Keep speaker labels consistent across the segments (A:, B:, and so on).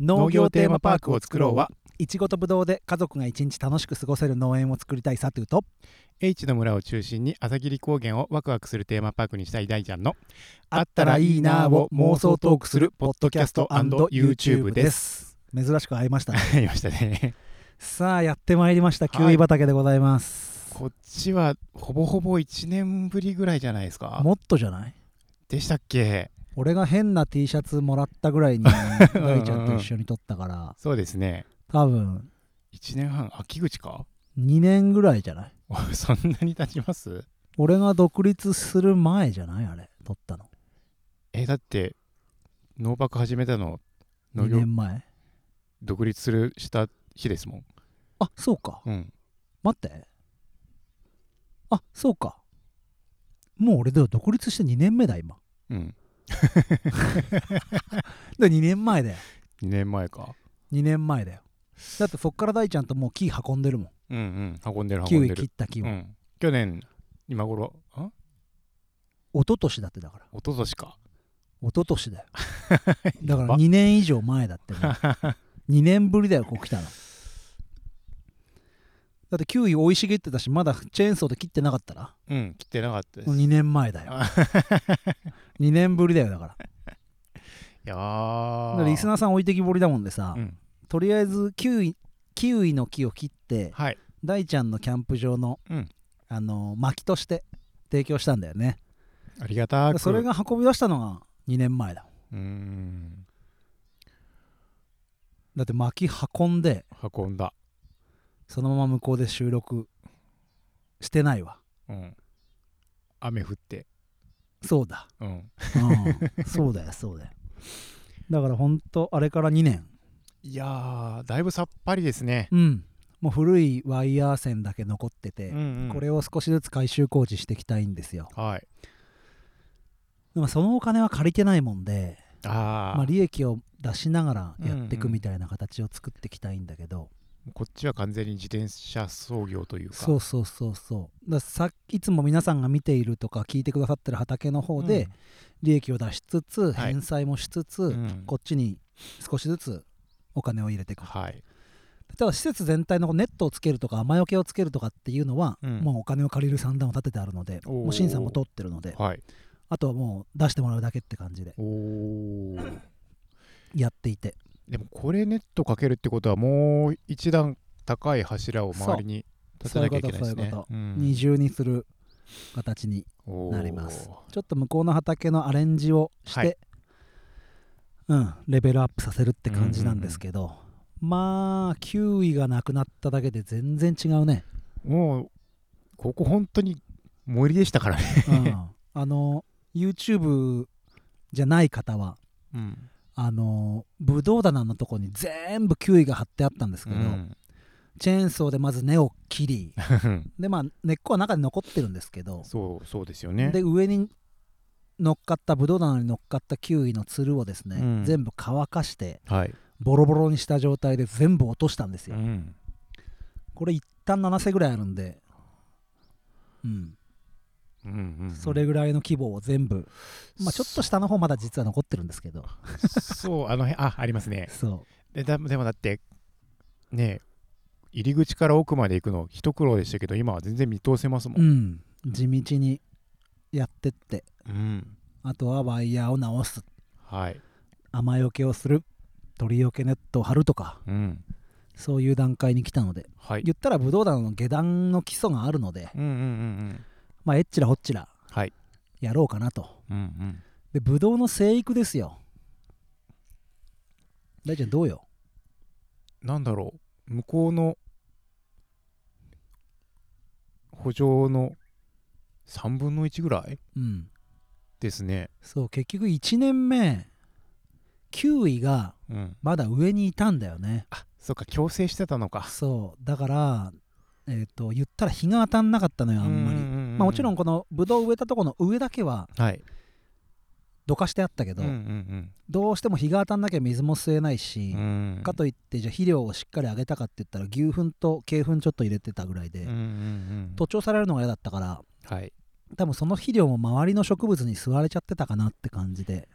A: 農
B: 農
A: 業
B: 業
A: テ
B: テ
A: ー
B: ー
A: マ
B: マ
A: パ
B: パ
A: ー
B: ー
A: ク
B: ク
A: を
B: を
A: 作
B: 作
A: ろ
B: ろ
A: う
B: う
A: はい
B: ちごとぶどうで家族が一日楽しく過ごせる農園を作りたいサトゥーと
A: H の村を中心に朝霧高原をワクワクするテーマパークにしたい大ちゃんの。
B: あったらいいなぁを妄想トークするポッドキャスト &YouTube です珍しく会いましたね
A: ありましたね。
B: さあやってまいりました
A: はい
B: キウイ畑でございます、
A: こっちはほぼほぼ1年ぶりぐらいじゃないですか。
B: もっとじゃない
A: でしたっけ
B: 俺が変な T シャツもらったぐらい に大ちゃんと一緒に撮ったから
A: そうですね。
B: 多分
A: 1年半、秋口か
B: 2年ぐらいじゃない
A: そんなに経ちます
B: 俺が独立する前じゃないあれ撮ったの
A: え、だって、農泊始めたの、農
B: 2
A: 業
B: 年前
A: 独立するした日ですもん。
B: あそうか
A: うん。
B: 待ってあそうかもう俺では独立して2年目だ今
A: うん。
B: で2年前だよ
A: 2年前か。
B: 2年前だよだってそっから大ちゃんともう木運んでるもん
A: うんうん。運んでる
B: キ
A: 運
B: ウ
A: ん
B: イ
A: で
B: 切っ
A: る。
B: た木を、
A: うん、去年、今頃、ん
B: 一昨年だってだから
A: 一昨年か。
B: 一昨年だよだか ら
A: やば
B: 2年以上前だって2年ぶりだよここ来たのだってキウイ生い茂ってたしまだチェーンソーで切ってなかったら
A: うん、切ってなかったです。
B: 2年前 だよ2年ぶりだよだから
A: い
B: だ
A: やー
B: からリスナーさん置いてきぼりだもんでさ、
A: うん、
B: とりあえずキウイキウイの木を切って
A: はい。
B: 大ちゃんのキャンプ場の、
A: うん
B: あの薪として提供したんだよね
A: ありがたく。
B: それが運び出したのが2年前だ
A: うーん、
B: だって薪運んで
A: 運んだ。
B: そのまま向こうで収録してないわ
A: うん。雨降って。
B: そうだ、
A: うん。
B: うん、そうだよそうだよだからほんとあれから2年
A: いやー、だいぶさっぱりですね。
B: うんもう古いワイヤー線だけ残ってて、
A: うん、うん。
B: これを少しずつ改修工事していきたいんですよ
A: はい。
B: でもそのお金は借りてないもんで
A: あー、
B: まあ、利益を出しながらやっていくみたいな形を作っていきたいんだけど、
A: こっちは完全に自転車操業というか。
B: そうそうそうそうださいつも皆さんが見ているとか聞いてくださってる畑の方で利益を出しつつ、
A: はい
B: 返済もしつつ、
A: うん、うん
B: こっちに少しずつお金を入れていく
A: はい。
B: ただ施設全体のネットをつけるとか雨よけをつけるとかっていうのは、
A: うん
B: もうお金を借りる算段を立ててあるので
A: おー
B: もう審査も通ってるので
A: はい。
B: あとはもう出してもらうだけって感じで
A: おー。
B: やっていて
A: でもこれネットかけるってことはもう一段高い柱を周りに立てなきゃいけないですね。
B: そういうこと
A: ん
B: 二重にする形になりますちょっと向こうの畑のアレンジをして、
A: はい
B: うん、レベルアップさせるって感じなんですけど、まあキウイがなくなっただけで全然違う ね、
A: おーもうここ本当に森でしたからね。
B: うん、あの YouTube じゃない方は
A: うん
B: あのブドウ棚のとこに全部キウイが貼ってあったんですけど、チェーンソーでまず根を切りでまあ根っこは中に残ってるんですけど、
A: そうそうですよね。
B: で上に乗っかったブドウ棚に乗っかったキウイのつるをですね、
A: うん
B: 全部乾かして
A: はい。
B: ボロボロにした状態で全部落としたんです
A: う
B: よ、
A: ん
B: これ一旦7世ぐらいあるんでうん、
A: うんうん
B: それぐらいの規模を全部、まあ、ちょっと下の方まだ実は残ってるんですけど
A: そうあの辺 あありますね。
B: そ
A: でだでもだってね入り口から奥まで行くの一苦労でしたけど今は全然見通せますも。
B: う、うんん、地道にやってって
A: うん
B: あとはワイヤーを直す
A: はい。
B: 雨よけをする鳥よけネットを張るとか
A: うん
B: そういう段階に来たので
A: はい。
B: 言ったら武道団の下段の基礎があるので、
A: うんうんうん
B: まあ、えっちらほっちら
A: はい
B: やろうかなと
A: うんうんうん。
B: でブドウの生育ですよ大ちゃんどうよ
A: なんだろう向こうの補助の3分の1ぐらい
B: うん
A: ですね。
B: そう結局1年目キウイが
A: うん、
B: まだ上にいたんだよね
A: あそっか強制してたのか。
B: そうだからえっ、と言ったら日が当たんなかったのよあんまり、まあ、もちろん
A: こ
B: このブドウ植えたとこの上だけは
A: はい、
B: どかしてあったけど、
A: うんうん
B: どうしても日が当たんなきゃ水も吸えないし
A: う、んうん、
B: かといってじゃあ肥料をしっかりあげたかって言ったら牛糞と鶏糞ちょっと入れてたぐらいで、
A: うんうんうん、
B: 徒長されるのが嫌だったから
A: はい、
B: 多分その肥料も周りの植物に吸われちゃってたかなって感じで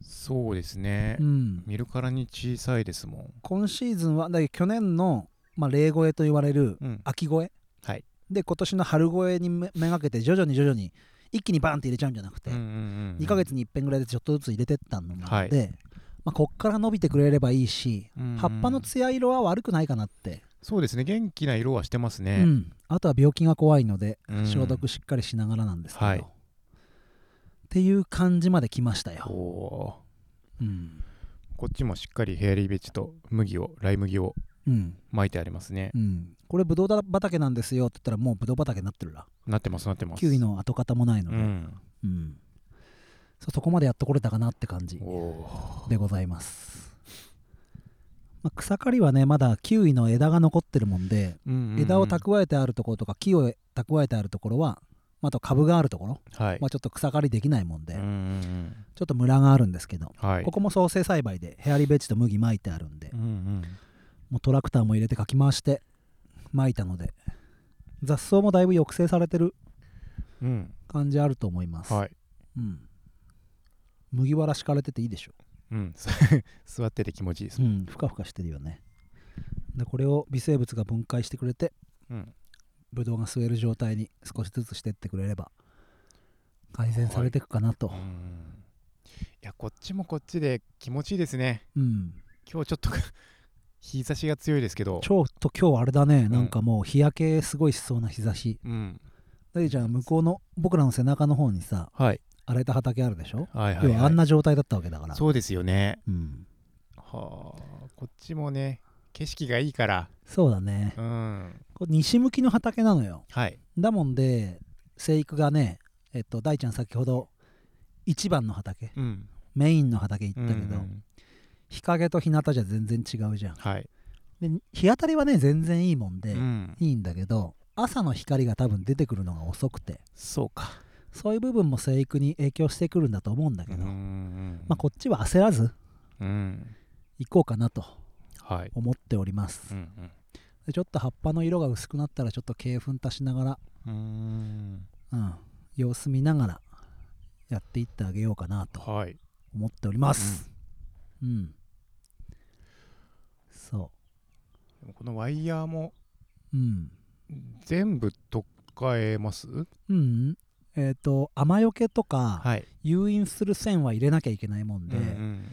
A: そうですね
B: う、ん、
A: 見るからに小さいですも
B: 今シーズンはだから去年の、まあ、例越と言われる
A: ん、うん、
B: 秋越え、
A: はい
B: で今年の春越えにめめがけて徐々に徐々に一気にバーンって入れちゃうんじゃなくて、
A: うんうんうんうん
B: 2ヶ月に一遍ぐらいでちょっとずつ入れてったので、
A: はい
B: まあ、こっから伸びてくれればいいし、
A: うんうん
B: 葉っぱの艶色は悪くないかなって、
A: そうですね元気な色はしてます
B: う
A: ね、
B: ん、あとは病気が怖いので
A: うん
B: 消毒しっかりしながらなんですけど、
A: はい
B: っていう感じまで来ましたよ、
A: おー
B: うん
A: こっちもしっかりヘアリーベッジと麦をライ麦を
B: うん
A: 巻いてありますね
B: う、ん、これブドウ畑なんですよって言ったらもうブドウ畑になってるな
A: なってますなってます
B: キウイの跡形もないの
A: う
B: で、
A: ん
B: うんそうそこまでやっとこれたかなって感じ
A: お
B: でございます、まあ草刈りはねまだキウイの枝が残ってるもんで
A: ー
B: 枝を
A: く
B: 蓄えてあるところとか木を蓄えてあるところはまああと株があるところ
A: はい、
B: はちょっと草刈りできないもんで、
A: うんうんうん
B: ちょっとムラがあるんですけど、
A: はい
B: ここも創生栽培でヘアリベッジと麦巻いてあるんで、
A: うんうん
B: もうトラクターも入れてかき回して巻いたので雑草もだいぶ抑制されてる
A: うん
B: 感じあると思います、
A: はい
B: うん、麦わら敷かれてていいでしょ、
A: うん、 す座ってて気持ちいいです
B: う、ん、ふかふかしてるよねでこれを微生物が分解してくれて
A: うん、
B: ブドウが吸える状態に少しずつしてってくれれば改善されていくかなと、
A: うんいやこっちもこっちで気持ちいいですね
B: うん、
A: 今日ちょっと 日差しが強いですけど
B: ちょっと今日あれだねなんかもう日焼けすごいしそうな日差し
A: うん
B: だけどじゃあ向こうの僕らの背中の方にさ
A: はい
B: 荒れた畑あるでしょ、
A: はいはい、
B: 要はあ
A: は
B: んな状態だったわけだから
A: い、そうですよね
B: うん、
A: はあこっちもね景色がいいから
B: そうだね
A: うん
B: これ西向きの畑なのよ
A: はい
B: だもんで生育がねえっと大ちゃん先ほど一番の畑
A: うん
B: メインの畑行ったけど、
A: うん
B: 日陰と日向じゃ全然違うじゃん
A: はい、
B: で日当たりはね全然いいもんで、
A: うん、
B: いいんだけど朝の光が多分出てくるのが遅くて
A: そうか
B: そういう部分も生育に影響してくるんだと思うんだけ
A: う
B: ど、
A: んうん
B: まあこっちは焦らず
A: うん
B: 行こうかなと
A: はい
B: 思っております、
A: うん
B: でちょっと葉っぱの色が薄くなったらちょっと鶏粉足しながら、
A: うんうん
B: うん、様子見ながらやっていってあげようかなと
A: はい
B: 思っておりますうん、そ
A: でもこのワイヤーも
B: ううん
A: 全部取っ替えます
B: うんえっ、と雨よけとか
A: はい
B: 誘引する線は入れなきゃいけないもんで、
A: うんうん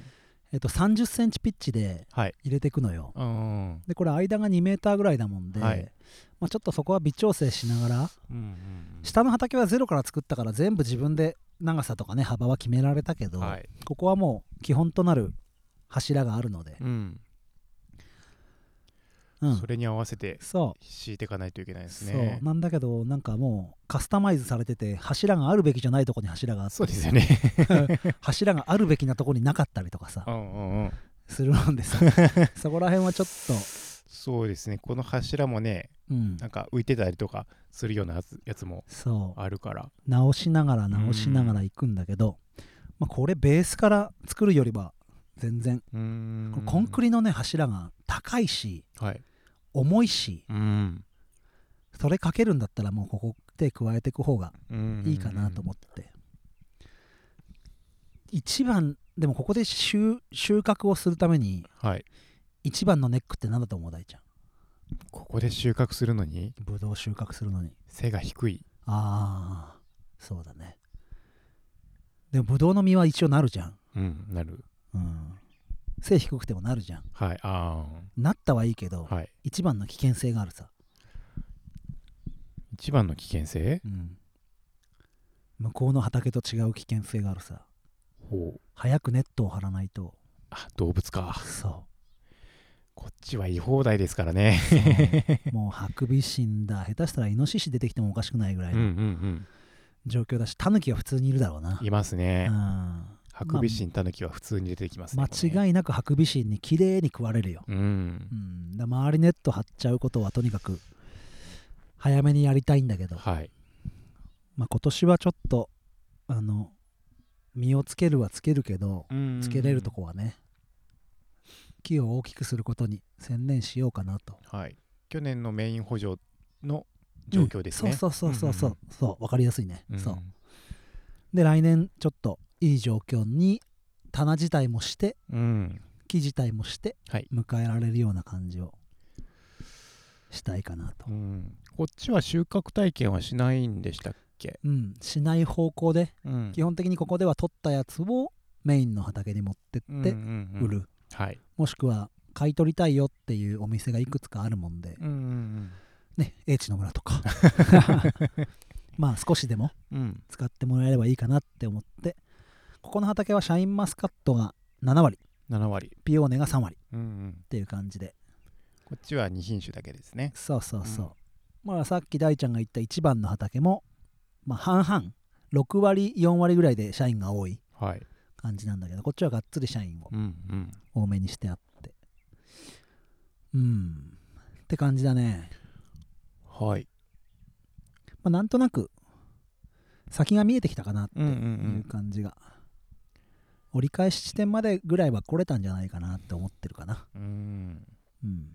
B: えっと3 0センチピッチで
A: はい
B: 入れていくのよ、
A: うん
B: でこれ間が2メーターぐらいだもんで、
A: はい
B: まあ、ちょっとそこは微調整しながら
A: うんうん
B: 下の畑はゼロから作ったから全部自分で長さとかね幅は決められたけ
A: う
B: ど、
A: んはい
B: ここはもう基本となる柱があるので、
A: うん
B: うん、
A: それに合わせて
B: そう
A: 敷いていかないといけないです
B: そう
A: ね
B: なんだけどなんかもうカスタマイズされてて柱があるべきじゃないとこに柱があって
A: そうですよ ね
B: 柱があるべきなとこになかったりとかさ
A: うんうんうん
B: するもんで さそこら辺はちょっ
A: そうですねこの柱もね
B: と、うん、
A: なんか浮いてたりとかするようなやつやつも
B: そう
A: あるから
B: 直しながら直しながら行くんだけど、まあ、これベースから作るよりは全然
A: うん
B: このコンクリのね柱が高いし
A: はい
B: 重いし
A: うん
B: それかけるんだったらもうここ手加えていく方がいいかなと思
A: っ
B: って一番でもここで収収穫をするために
A: てはい
B: 一番のネックって何だと思う大ちゃん
A: ここで収穫するのに
B: ブドウ収穫するのに
A: 背が低い
B: ああそうだねでもブドウの実は一応なるじゃん
A: うんなる
B: うん背低くてもなるじゃん
A: はいあ
B: なったはいいけど、
A: あはい
B: 一番の危険性があるさ、
A: 一番の危険性
B: うん、向こうの畑と違う危険性があるさ
A: おう
B: 早くネットを張らないと
A: あ動物か
B: そ
A: こっちは違法題ですからね
B: うもうハクビシンだ下手したらイノシシ出てきてもおかしくないぐら
A: う
B: い
A: んうんう
B: の
A: ん
B: 状況だし、タヌキは普通にいるだろうな、
A: いますね
B: う
A: ハクビシンタヌキは普通に出てきます
B: ん、
A: ね
B: 間
A: い
B: 違いなくハクビシンに綺麗に食われるよ、
A: うん
B: うん、だ周りネット張っちゃうことはとにかく早めにやりたいんだけど、
A: はい
B: まあ、今年はちょっとあの実をつけるはつけるけどつけれるとこはね木を大きくすることに専念しようかなと
A: はい去年のメイン補助の状況ですね
B: そうそうそうそうそう
A: うん
B: そう分かりやすいね、
A: ん
B: そうで来年ちょっといい状況に棚自体もして
A: うん
B: 木自体もして
A: はい
B: 迎えられるような感じをしたいかなと
A: う、ん、こっちは収穫体験はしないんでしたっけ、
B: うん、しない方向で
A: うん
B: 基本的にここでは取ったやつをメインの畑に持ってっ
A: う
B: て
A: んうんうん
B: 売る、
A: はい、
B: もしくは買い取りたいよっていうお店がいくつかあるもんで、
A: うんうん
B: ね英知の村と か まあ少しでも
A: うんうん、
B: 使ってもらえればいいかなって思ってここの畑はシャインマスカットが7割
A: 7割、
B: ピオーネが3割っ
A: うんうん、
B: ていう感じで
A: こっちは2品種だけですね
B: そうそうそう、まあさっき大ちゃんが言った1番の畑も、まあ、半々6割4割ぐらいで社員が多い
A: はい、
B: 感じなんだけどこっちはがっつり社員を
A: うんうん、
B: 多めにしてあってうんって感じだね、
A: はい、
B: まあ、なんとなく先が見えてきたかなって
A: うんうんう、
B: いうん感じが、折り返し地点までぐらいは来れたんじゃないかなって思ってるかな
A: うん、
B: うん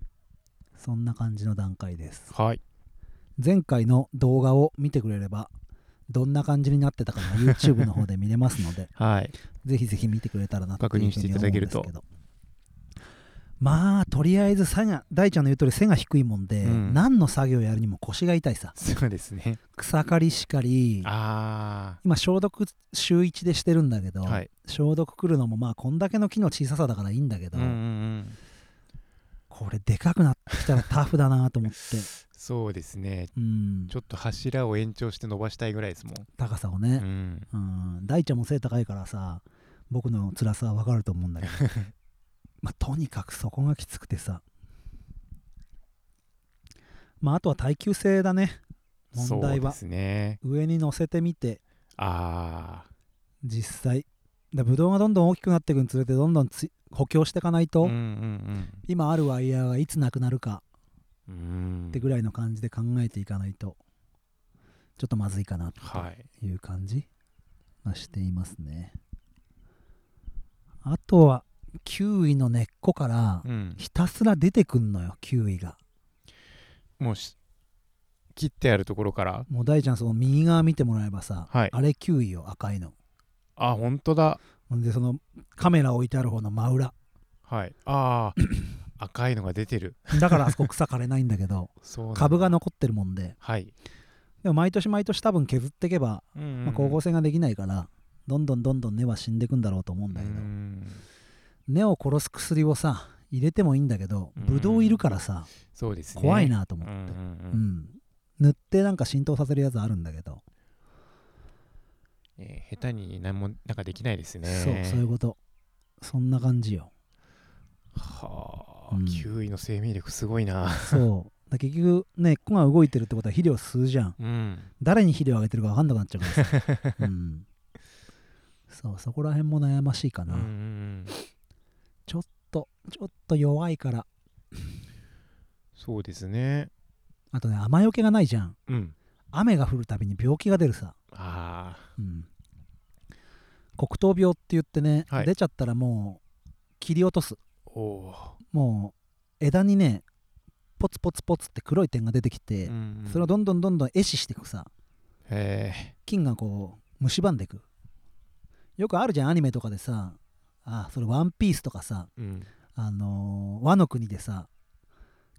B: そんな感じの段階です
A: はい、
B: 前回の動画を見てくれればどんな感じになってたかが YouTube の方で見れますの で
A: はい、
B: ぜひぜひ見てくれたらなっていうふうに思うんです
A: 確認していただ
B: け
A: ける
B: どまあとりあえず背が大ちゃんの言う通り背が低いもんで、
A: うん
B: 何の作業やるにも腰が痛いさ
A: そうですね、
B: 草刈りしかり
A: あ
B: 今消毒週1でしてるんだけど、
A: あ、はい、
B: 消毒来るのもまあこんだけの木の小ささだからいいんだけど、
A: うんうんうん、
B: これでかくなってきたらタフだなと思って、
A: そうですね、
B: うん
A: ち、ょっと柱を延長して伸ばしたいぐらいですもん。
B: 高さをね、
A: うん、
B: うん、大ちゃんも背高いからさ僕の辛さは分かると思うんだ けどまあとにかくそこがきつくてさまああとは耐久性だね問題
A: そう
B: は
A: ですね、
B: 上に乗せてみて
A: ああ、
B: 実際だブドウがどんどん大きくなっていくにつれてどんどんつ補強していかないと、
A: うんうん
B: 今あるワイヤーがいつなくなるか
A: うん、うん
B: ってぐらいの感じで考えていかないとちょっとまずいかなって
A: はい、
B: いう感じがしていますね。あとはキウイの根っこから
A: うん、
B: ひたすら出てくんのよキウイが。
A: もうし切ってあるところから
B: もう大ちゃんその右側見てもらえばさ、
A: はい
B: あれキウイよ赤いの。
A: あ本当だ
B: ほんでそのカメラ置いてある方の真裏
A: はいああ 赤いのが出てる
B: だからあそこ草枯れないんだけど
A: そうなんだ
B: 株が残ってるもんで
A: はい、
B: でも毎年毎年多分削っていけば、
A: うんうん
B: まあ、光合成ができないからどんどんどんどん根は死んでいくんだろうと思うんだけど、
A: うん
B: 根を殺す薬をさ入れてもいいんだけど
A: うん
B: ブドウいるからさ
A: そうですね
B: 怖いなと思
A: うんう
B: って、うん
A: ん
B: 塗ってなんか浸透させるやつあるんだけど、
A: うんえー下手に何もなんかできないですね
B: そうそういうことそんな感じよ
A: はあ、
B: うん
A: キウイの生命力すごいな
B: そうだ結局ね子が動いてるってことは肥料吸 うじゃん
A: うん
B: 誰に肥料あげてるか分かんなくなっちゃうからさ、 うん、そうそこら辺も悩ましいか
A: うんう
B: な、
A: んうん
B: とちょっと弱いから
A: そうですね
B: あとね雨よけがないじゃん
A: うん
B: 雨が降るたびに病気が出るさ
A: ああ
B: うん、黒糖病って言ってね、
A: はい
B: 出ちゃったらもう切り落とす
A: おお
B: もう枝にねポツポツポツって黒い点が出てきて、
A: ー、うんうん
B: それをどんどんどんどん壊死していくさ
A: へえ
B: 菌がこう蝕んでいくよくあるじゃんアニメとかでさあそれ「ワンピースとかさ
A: うん
B: 「あのー、和の国」でさ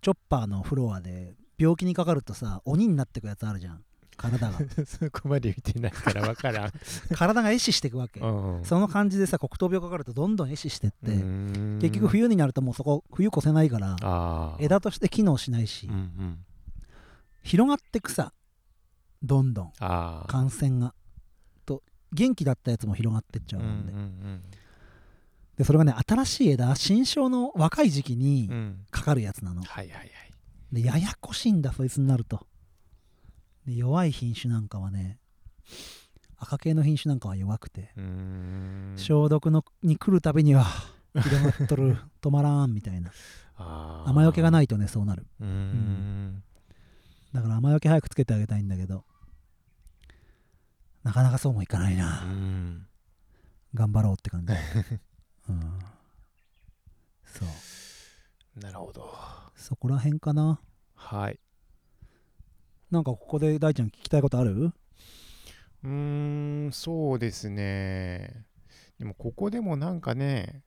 B: チョッパーのフロアで病気にかかるとさ鬼になってくやつあるじゃん体 が
A: そこまで見てないから分 からん
B: 体が壊死していくわけ
A: うんうん
B: その感じでさ黒糖病かかるとどんどん壊死してって、
A: うん
B: 結局冬になるともうそこ冬越せないから
A: ああ
B: 枝として機能しないし、
A: うんうん
B: 広がってくさどんどん
A: ああ
B: 感染がと元気だったやつも広がってっちゃうもんで,、でそれがね新しい枝新生の若い時期
A: うんうんう
B: に
A: ん
B: かかるやつなの
A: はいはいはい
B: でややこしいんだそいつになるとで弱い品種なんかはね赤系の品種なんかは弱くて
A: うーん
B: 消毒のに来るたびには広がっとる 止まらんみたいな
A: あ
B: 雨よけがないいとねそうなる
A: うーん
B: だから雨よけ早くつけてあげたいんだけどなかなかそうもいかないうな、
A: ん
B: 頑張ろうって 感じ、うん、そう
A: なるほど
B: そこら辺かな
A: はい
B: なんかここで大ち ゃん聞きたいことある
A: うーんそうですねでもここでもなん かね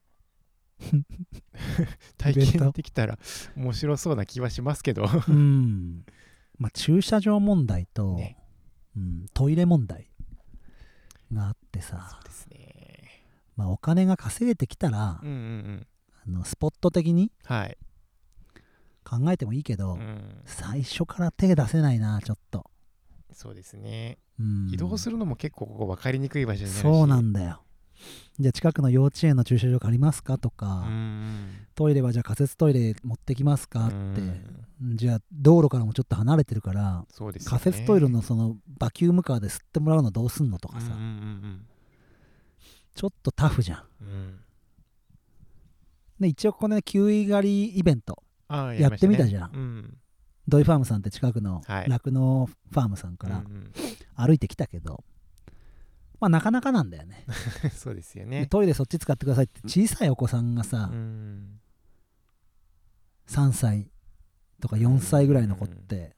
A: 体験できたら面白そうな気はしますけど
B: うんまあ駐車場問題と、
A: ね
B: うん、トイレ問題があってさ、
A: ですね
B: まあ、お金が稼げてきたら、
A: うんうんうん
B: あのスポット的に
A: はい、
B: 考えてもいいけど、
A: うん、
B: 最初から手出せないなちょっと、
A: そうですね
B: うん、
A: 移動するのも結構ここ分かりにくい場所になるし
B: そうなんだよじゃあ近くの幼稚園の駐車場借りますかと
A: うん
B: か、
A: うん
B: トイレはじゃあ仮設トイレ持ってきますかって、
A: うん
B: じゃあ道路からもちょっと離れてるから
A: そうですよね
B: 仮設トイレのそのバキュームカーで吸ってもらうのどうすんのとかさ、
A: うんうん
B: ちょっとタフじゃん
A: うんうんうん
B: で一応このねキウイ狩りイベント
A: ああ
B: やってみた
A: ゃ
B: じゃん、
A: ん、うん、
B: ドイファームさんって近くの
A: はい
B: 酪農ファームさんか
A: う
B: ら
A: んうん
B: 歩いてきたけど、まあなかなかなんだよね
A: そうですよ
B: で
A: ね
B: トイレそっち使ってくださいって小さいお子さんがさ、
A: うん
B: 3歳とか4歳ぐらいの子って、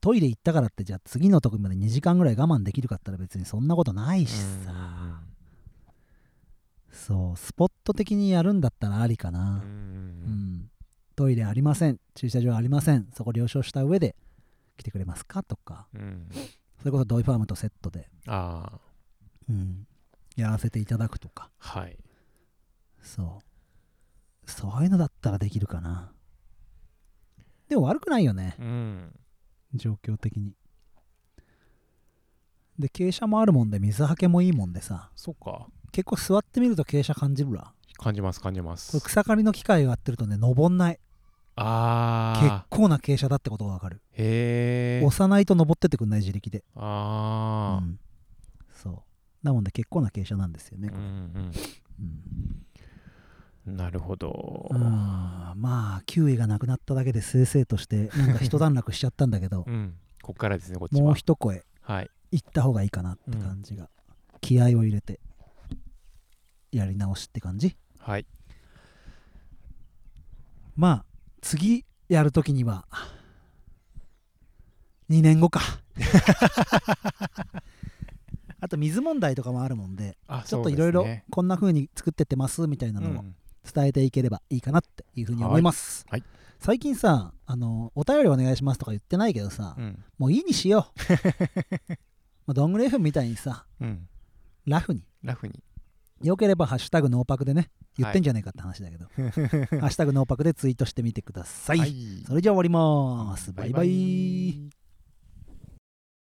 B: トイレ行ったからってじゃあ次のとこまで2時間ぐらい我慢できるかって言ったら別にそんなことないしさ、そうスポット的にやるんだったらありか
A: うん
B: な
A: う、
B: うん
A: ん
B: トイレありません駐車場ありませんそこ了承した上で来てくれますかとか
A: うんうん
B: それこそドイファームとセットで、
A: ああ
B: うん、やらせていただくとか
A: はい
B: そうそういうのだったらできるかなでも悪くないよね
A: うん
B: 状況的にで傾斜もあるもんで水はけもいいもんでさ
A: そっか
B: 結構座ってみると傾斜感じるわ
A: 感じます感じま
B: これ
A: す
B: 草刈りの機械があってるとね登んない結
A: ああ
B: 構な傾斜だってことがわかる
A: へえ
B: 押さないと登ってってくんない自力でう
A: あ
B: んそうなもんで結構な傾斜なんですよね
A: あ、うん
B: うん
A: うんなるほど
B: うんまあキウイがなくなっただけでせいせいとしてなんか一段落しちゃったんだけど
A: うんこっからですねこっち
B: もう
A: は
B: 一声
A: はい
B: 行った方がいいかなって感じが、気合を入れてやり直しって感じ
A: はい
B: まあ次やるときには2年後か あと水問題とかもあるもんで
A: あ
B: ちょっといろいろ
A: そうですね
B: こんな風に作ってってますみたいなの
A: う
B: も
A: ん
B: 伝えていければいいかなっていう風に思います、
A: はいはい
B: 最近さあの「お便りお願いします」とか言ってないけどさ、
A: うん
B: もういいにしよう まあどんぐり F みたいにさ
A: うん
B: ラフに
A: ラフに
B: よければ「ハッシュタグノーパク」でね言ってんじゃねえかって話だけど「ハッシュタグノーパク」でツイートしてみてください、
A: はい
B: それじゃあ終わりますバイバイ